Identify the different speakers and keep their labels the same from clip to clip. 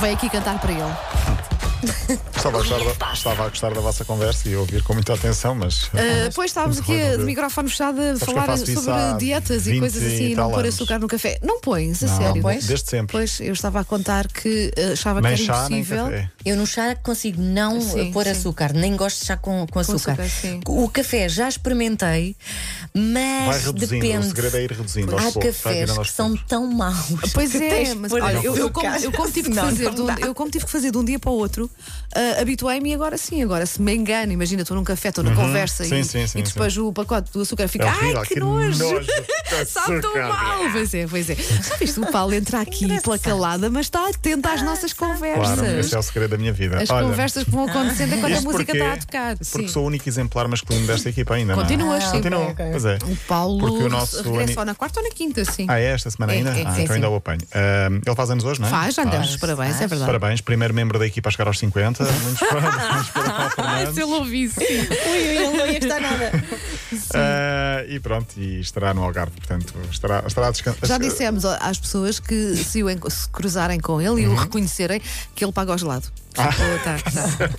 Speaker 1: Veio aqui cantar para ele.
Speaker 2: Ah, Estava a, gostar da, estava a gostar da vossa conversa e a ouvir com muita atenção, mas.
Speaker 1: Ah, pois estávamos aqui
Speaker 2: Não deu.
Speaker 1: de microfone fechado a
Speaker 2: que eu
Speaker 1: falar
Speaker 2: faço isso há
Speaker 1: sobre dietas e
Speaker 2: 20
Speaker 1: coisas assim,
Speaker 2: e
Speaker 1: não
Speaker 2: tal
Speaker 1: pôr
Speaker 2: anos.
Speaker 1: açúcar no café. Não pões, a
Speaker 2: Não,
Speaker 1: sério.
Speaker 2: pões? Desde sempre.
Speaker 1: Pois, eu estava a contar que eh, achava
Speaker 2: nem
Speaker 1: que era
Speaker 2: chá, nem
Speaker 1: impossível.
Speaker 2: café.
Speaker 3: Eu no chá consigo não eh,
Speaker 1: Sim,
Speaker 3: pôr
Speaker 1: sim.
Speaker 3: açúcar, nem gosto de chá com, com açúcar.
Speaker 1: açúcar, sim.
Speaker 3: o café já experimentei, mas
Speaker 2: Vai reduzindo,
Speaker 3: depende.
Speaker 2: o segredo é ir reduzindo aos
Speaker 3: Há
Speaker 2: poucos. vai
Speaker 3: cafés
Speaker 2: virando aos
Speaker 3: que são
Speaker 2: poucos.
Speaker 3: tão maus.
Speaker 1: Pois é,
Speaker 3: Tens
Speaker 1: mas
Speaker 3: por
Speaker 1: olha, eu, eu como,
Speaker 3: açúcar.
Speaker 1: eu como tive que
Speaker 3: Não,
Speaker 1: fazer
Speaker 3: não
Speaker 1: de um,
Speaker 3: dá.
Speaker 1: eu como tive que fazer de um dia para o outro, ah, habituei-me e agora sim, agora se me engano, imagina, estou num café, estou na conversa
Speaker 2: Uhum. Sim,
Speaker 1: e,
Speaker 2: sim, sim,
Speaker 1: e depois o pacote do açúcar fica,
Speaker 2: É horrível,
Speaker 1: ai que,
Speaker 2: que
Speaker 1: nojo,
Speaker 2: nojo de
Speaker 1: sabe tão
Speaker 2: açúcar."
Speaker 1: mal. Pois é, pois é. Já viste, o Paulo entra aqui pela calada, mas está atento às nossas
Speaker 2: Claro,
Speaker 1: conversas.
Speaker 2: esse é o segredo da minha vida.
Speaker 1: As
Speaker 2: Olha,
Speaker 1: conversas que vão acontecendo é quando a
Speaker 2: isto
Speaker 1: música
Speaker 2: porque-
Speaker 1: está a tocar.
Speaker 2: Porque
Speaker 1: Sim.
Speaker 2: sou o único exemplar masculino desta equipa ainda. não é?
Speaker 1: Continuas, sim.
Speaker 2: Continua,
Speaker 1: Ok, ok.
Speaker 2: pois é.
Speaker 1: O Paulo
Speaker 2: Porque o nosso
Speaker 1: regressa
Speaker 2: ani-
Speaker 1: ou na quarta ou na quinta, sim.
Speaker 2: Ah, é esta semana
Speaker 3: É,
Speaker 2: ainda?
Speaker 3: é,
Speaker 2: ah,
Speaker 3: sim,
Speaker 2: então
Speaker 3: sim.
Speaker 2: ainda o apanho. Ahm, ele faz anos hoje, não é?
Speaker 1: Faz, já andamos,
Speaker 3: Faz,
Speaker 1: parabéns, é
Speaker 3: faz.
Speaker 1: verdade.
Speaker 2: Parabéns, primeiro membro da equipa a chegar aos 50. Muitos parabéns para o Paulo Fernandes.
Speaker 1: Se ele ouvisse, sim.
Speaker 3: ele não ia gostar nada.
Speaker 2: Ah, e pronto, e estará no Algarve, portanto, estará, estará a descansar.
Speaker 1: Já dissemos ó, às pessoas que se, o en- se cruzarem com ele e
Speaker 2: Uhum.
Speaker 1: o reconhecerem, que ele paga ao gelado.
Speaker 2: Ah.
Speaker 1: Oh, tá, tá.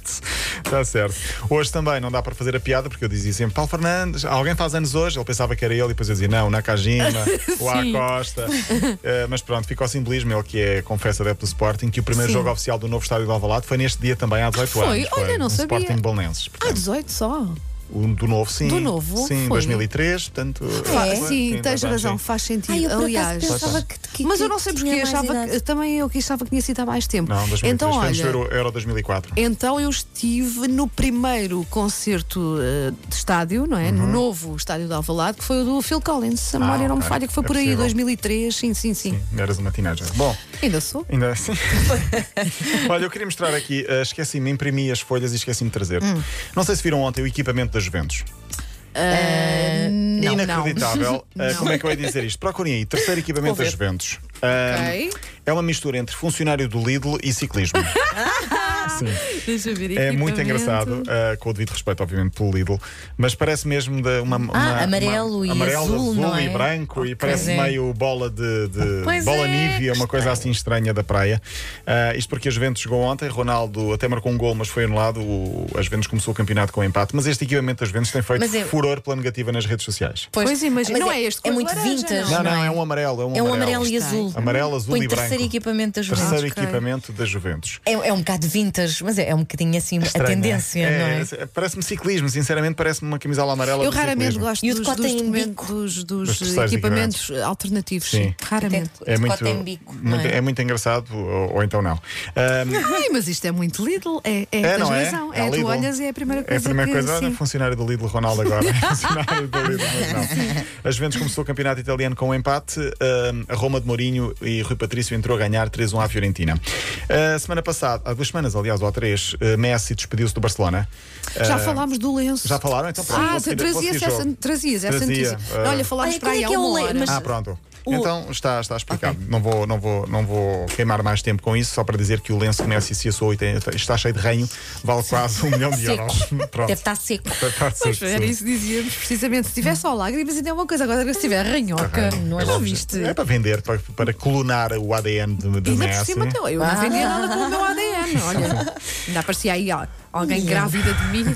Speaker 2: Está certo. Hoje também não dá para fazer a piada, porque eu dizia sempre: Paulo Fernandes, alguém faz anos hoje? Ele pensava que era ele, e depois eu dizia: não, o Nakajima, o
Speaker 1: Sim.
Speaker 2: Acosta. Eh, mas pronto, fica o simbolismo, ele que é, confesso, adepto do Sporting, que o primeiro
Speaker 1: Sim.
Speaker 2: jogo oficial do novo estádio de Alvalade foi neste dia também, há 18
Speaker 1: Foi?
Speaker 2: anos.
Speaker 1: Olha, não
Speaker 2: um
Speaker 1: sabia.
Speaker 2: Sporting Bolonenses.
Speaker 1: Ah,
Speaker 2: portanto,
Speaker 1: 18 só.
Speaker 2: o do novo, sim.
Speaker 1: Do novo?
Speaker 2: Sim,
Speaker 1: Foi.
Speaker 2: 2003, portanto.
Speaker 1: Fa-
Speaker 2: foi,
Speaker 1: Sim, tens
Speaker 2: dois anos,
Speaker 1: razão,
Speaker 2: sim.
Speaker 1: faz sentido.
Speaker 3: É. Ai, eu por
Speaker 1: Aliás.
Speaker 3: acaso pensava que, que-
Speaker 1: Mas eu
Speaker 3: que
Speaker 1: não sei
Speaker 3: tinha
Speaker 1: porque
Speaker 3: mais
Speaker 1: achava
Speaker 3: idade.
Speaker 1: que, também eu que achava que tinha sido há mais tempo.
Speaker 2: Não, 2003.
Speaker 1: então,
Speaker 2: Fomos ver
Speaker 1: olha,
Speaker 2: o Euro 2004.
Speaker 1: então eu estive no primeiro concerto eh, de estádio, não é? No novo estádio de Alvalade, que foi o do Phil Collins, se a memória não me
Speaker 2: Uhum. ok.
Speaker 1: falha, que foi
Speaker 2: É
Speaker 1: por aí,
Speaker 2: possível.
Speaker 1: 2003, sim, sim, sim.
Speaker 2: Eras uma teenager. Bom.
Speaker 1: Ainda sou.
Speaker 2: Ainda assim. Olha, eu queria mostrar aqui. eh, esqueci-me, imprimi as folhas e esqueci-me de trazer.
Speaker 1: Hum.
Speaker 2: Não sei se viram ontem o equipamento da Juventus.
Speaker 3: Eh,
Speaker 1: Ah, não,
Speaker 2: Inacreditável.
Speaker 1: não.
Speaker 2: Eh,
Speaker 1: Não.
Speaker 2: como é que eu ia dizer isto? Procurem aí, terceiro equipamento da Juventus. Eh,
Speaker 1: Ok.
Speaker 2: É uma mistura entre funcionário do Lidl e ciclismo.
Speaker 1: Deixa eu ver
Speaker 2: É muito
Speaker 1: equipamento.
Speaker 2: engraçado, eh, com o devido respeito, obviamente, pelo Lidl, mas parece mesmo de uma, uma- uma-
Speaker 3: Ah, amarelo e
Speaker 2: amarelo,
Speaker 3: azul, não
Speaker 2: e
Speaker 3: é?
Speaker 2: branco e parece
Speaker 3: é.
Speaker 2: meio bola de, de-
Speaker 1: Pois
Speaker 2: bola
Speaker 1: é,
Speaker 2: nívea, uma coisa assim estranha da praia. Eh, isto porque a Juventus chegou ontem, Ronaldo até marcou um gol, mas foi anulado. O, a Juventus começou o campeonato com empate, mas este equipamento da Juventus tem feito
Speaker 3: Mas é-
Speaker 2: furor pela negativa nas redes sociais.
Speaker 1: Pois imagina.
Speaker 3: Mas
Speaker 1: Não é este
Speaker 3: É
Speaker 1: cor
Speaker 3: muito
Speaker 1: laranja,
Speaker 3: vintage.
Speaker 2: Não, não, é um amarelo, é um
Speaker 3: É
Speaker 2: amarelo.
Speaker 3: um amarelo e
Speaker 1: Está aí.
Speaker 3: azul.
Speaker 2: Amarelo, azul
Speaker 3: Põe
Speaker 2: e branco.
Speaker 3: terceiro equipamento da Juventus.
Speaker 2: Terceiro
Speaker 1: Ok.
Speaker 2: equipamento da Juventus.
Speaker 3: É, é um bocado vintage, mas é, é um bocadinho assim
Speaker 2: Estranho,
Speaker 3: a tendência,
Speaker 2: é?
Speaker 3: não é?
Speaker 2: É, Parece-me ciclismo, sinceramente, parece-me uma camisola amarela.
Speaker 1: Eu
Speaker 2: do
Speaker 1: raramente
Speaker 2: ciclismo.
Speaker 1: gosto
Speaker 3: E o
Speaker 1: dos,
Speaker 3: de
Speaker 1: dos,
Speaker 3: cota em
Speaker 1: documentos-
Speaker 3: bico.
Speaker 1: dos- dos
Speaker 2: Dos terceiros
Speaker 1: equipamentos alternativos. Sim.
Speaker 2: Sim.
Speaker 1: Raramente.
Speaker 3: Até-
Speaker 2: É
Speaker 3: de
Speaker 2: muito,
Speaker 3: cota em bico, não
Speaker 2: muito-
Speaker 3: é?
Speaker 2: é muito engraçado, ou, ou então não. Ahm,
Speaker 1: Ai, mas isto é muito Lidl. É, é,
Speaker 2: É,
Speaker 1: tens
Speaker 2: não é?
Speaker 1: razão.
Speaker 2: É
Speaker 1: É, tu
Speaker 2: Lidl.
Speaker 1: olhas e é a primeira
Speaker 2: é
Speaker 1: coisa.
Speaker 2: a primeira
Speaker 1: que,
Speaker 2: coisa, olha,
Speaker 1: sim.
Speaker 2: funcionário do Lidl Ronaldo agora. É funcionário do Lidl, mas não. As Juventus começou o campeonato italiano com um empate. ahm, a Roma de Mourinho e Rui Patrício entrou a ganhar 3-1 à Fiorentina. A semana passada, há duas semanas, aliás, ou há três, eh, Messi despediu-se do Barcelona.
Speaker 1: Já
Speaker 2: Ah,
Speaker 1: falámos do lenço.
Speaker 2: Já falaram? Então pronto.
Speaker 1: Ah,
Speaker 2: vou seguir- vou
Speaker 1: trazias
Speaker 2: seguir
Speaker 1: essa,
Speaker 2: jogo.
Speaker 1: trazias essa
Speaker 2: Trazia,
Speaker 1: notícia.
Speaker 2: ah.
Speaker 1: Olha, falámos
Speaker 3: Olha,
Speaker 1: para
Speaker 3: quando
Speaker 1: aí
Speaker 3: é
Speaker 1: há
Speaker 3: que é o
Speaker 1: uma
Speaker 3: le-
Speaker 1: hora.
Speaker 3: mas-
Speaker 2: Ah, pronto.
Speaker 3: O-
Speaker 2: Então está, está explicado. Não, vou, não, vou, não vou queimar mais tempo com isso, só para dizer que o lenço que Messi se assou e tem- está cheio de ranho, vale quase um milhão de
Speaker 3: Seco.
Speaker 2: euros. Pronto.
Speaker 3: Deve estar seco.
Speaker 2: Está
Speaker 1: Pois
Speaker 2: seco,
Speaker 1: era
Speaker 2: sim.
Speaker 1: isso dizíamos precisamente. Se tiver só lágrimas, ainda é uma coisa. Agora, se tiver ranhoca,
Speaker 2: Arranho.
Speaker 1: não
Speaker 2: É
Speaker 1: já
Speaker 2: bom.
Speaker 1: viste?
Speaker 2: É para vender, para, para clonar o ADN de, de
Speaker 1: Ainda por
Speaker 2: Messi.
Speaker 1: cima, então, eu não vendia nada com o meu ADN. Olha, ainda parecia aí ó, alguém grávida de mim.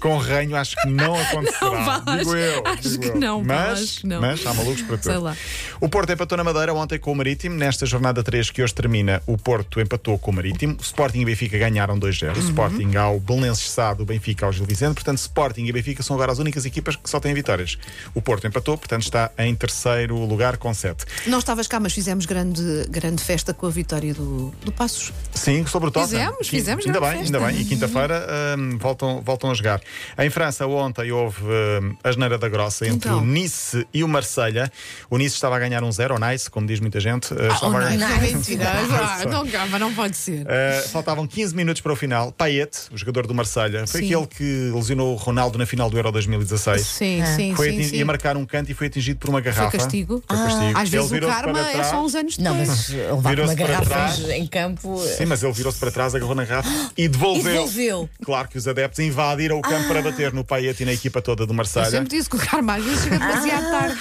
Speaker 2: Com ranho, acho que não
Speaker 1: Não,
Speaker 2: acontecerá.
Speaker 1: Vasco,
Speaker 2: digo eu.
Speaker 1: acho
Speaker 2: digo
Speaker 1: que
Speaker 2: eu.
Speaker 1: não,
Speaker 2: mas,
Speaker 1: Vasco, não.
Speaker 2: mas há malucos para tudo.
Speaker 1: Sei lá.
Speaker 2: O Porto empatou na Madeira ontem com o Marítimo. Nesta jornada 3 que hoje termina, o Porto empatou com o Marítimo. O Sporting e Benfica ganharam 2-0. O
Speaker 1: Uhum.
Speaker 2: Sporting ao Belenenses Sado, o Benfica ao Gil Vicente. Portanto, Sporting e Benfica são agora as únicas equipas que só têm vitórias. O Porto empatou, portanto está em terceiro lugar com 7.
Speaker 1: Não estavas cá, mas fizemos grande, grande festa com a vitória do, do Passos.
Speaker 2: Sim, sobre o Tottenham.
Speaker 1: Fizemos,
Speaker 2: Quin-
Speaker 1: fizemos
Speaker 2: Ainda bem,
Speaker 1: grande
Speaker 2: ainda bem. E quinta-feira hum, voltam, voltam a jogar. Em França, ontem houve hum, a geneira da grossa entre
Speaker 1: Então.
Speaker 2: o Nice e o Marselha. O Nice estava a ganhar um zero, ou Nice, como diz muita gente. uh,
Speaker 1: Ah, oh,
Speaker 2: estava a ganhar-
Speaker 1: não, mentira. Ah, não, calma, não pode ser.
Speaker 2: Uh, faltavam 15 minutos para o final. Payet, o jogador do Marselha, foi
Speaker 1: Sim.
Speaker 2: aquele que lesionou o Ronaldo na final do Euro 2016.
Speaker 1: Sim, sim,
Speaker 2: Foi
Speaker 1: sim.
Speaker 2: atingi-
Speaker 1: sim.
Speaker 2: Ia marcar um canto e foi atingido por uma garrafa.
Speaker 1: castigo?
Speaker 2: Foi castigo.
Speaker 1: Às
Speaker 2: Ele
Speaker 1: vezes o
Speaker 2: virou-se
Speaker 1: karma
Speaker 2: para
Speaker 1: é
Speaker 2: trás.
Speaker 1: só uns anos
Speaker 3: Não,
Speaker 1: depois.
Speaker 3: mas levar com
Speaker 2: Virou-se
Speaker 3: uma
Speaker 2: para
Speaker 3: garrafa
Speaker 2: trás.
Speaker 3: em campo.
Speaker 2: Sim, mas ele virou-se para trás, agarrou na garrafa e devolveu.
Speaker 3: E devolveu.
Speaker 2: Claro que os adeptos invadem invadiram o campo para bater no Paiete e na equipa toda do
Speaker 1: Eu
Speaker 2: Marselha.
Speaker 1: sempre disse que o Carmo às vezes chega demasiado tarde.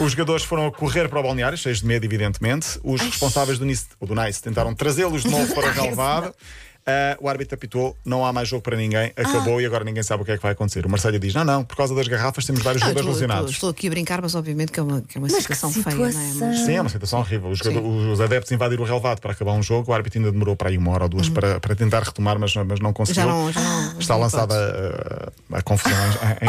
Speaker 2: Os jogadores foram a correr para o balneário, cheios de medo, evidentemente. Os responsáveis do Nice, ou do nice tentaram trazê-los de novo para o relvado. Ah, o árbitro apitou, não há mais jogo para ninguém, acabou
Speaker 1: Ah.
Speaker 2: e agora ninguém sabe o que é que vai acontecer. O Marselha diz: não, não, por causa das garrafas temos vários
Speaker 1: Ah,
Speaker 2: jogadores
Speaker 1: estou, estou-
Speaker 2: lesionados.
Speaker 1: estou aqui a brincar, mas obviamente que é uma, que é uma
Speaker 3: Mas que
Speaker 1: situação, feia, não é?
Speaker 3: situação.
Speaker 1: Mas-
Speaker 2: Sim, é uma situação horrível. Os, jogadores- os adeptos invadiram o relvado para acabar um jogo, o árbitro ainda demorou para aí uma hora ou duas para, para tentar retomar, mas, mas não conseguiu.
Speaker 1: Hum.
Speaker 2: Ah,
Speaker 1: Já não- já não-
Speaker 2: Está
Speaker 1: não
Speaker 2: lançada ah, a confusão em,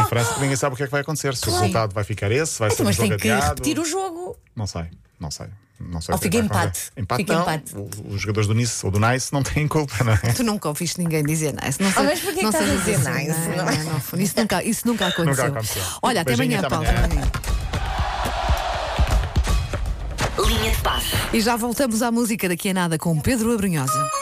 Speaker 2: em França, porque ninguém sabe o que é que vai acontecer. Se o resultado vai ficar esse, vai ser um
Speaker 3: Mas
Speaker 2: jogo
Speaker 3: tem que
Speaker 2: adiado.
Speaker 3: repetir o jogo.
Speaker 2: Não sei, não sei. Não sei
Speaker 3: Ou
Speaker 2: o que é
Speaker 3: fica
Speaker 2: que vai
Speaker 3: empate.
Speaker 2: acontecer. Empate,
Speaker 3: Fica
Speaker 2: não.
Speaker 3: empate.
Speaker 2: O- Os jogadores do Nice ou do Nice não têm culpa, não é?
Speaker 1: Tu nunca ouviste ninguém dizer nice. Não sei,
Speaker 3: Ah, mas porquê que
Speaker 1: não sei
Speaker 3: estás a dizer
Speaker 1: assim,
Speaker 3: nice,
Speaker 1: Não,
Speaker 3: não é?
Speaker 1: não, não, isso, nunca, isso nunca aconteceu.
Speaker 2: aconteceu.
Speaker 1: Olha, até
Speaker 2: Beijinho,
Speaker 1: amanhã,
Speaker 2: até
Speaker 1: Paulo.
Speaker 2: amanhã.
Speaker 1: até amanhã.
Speaker 4: Linha de passe.
Speaker 1: E já voltamos à música daqui a nada com Pedro Abrunhosa.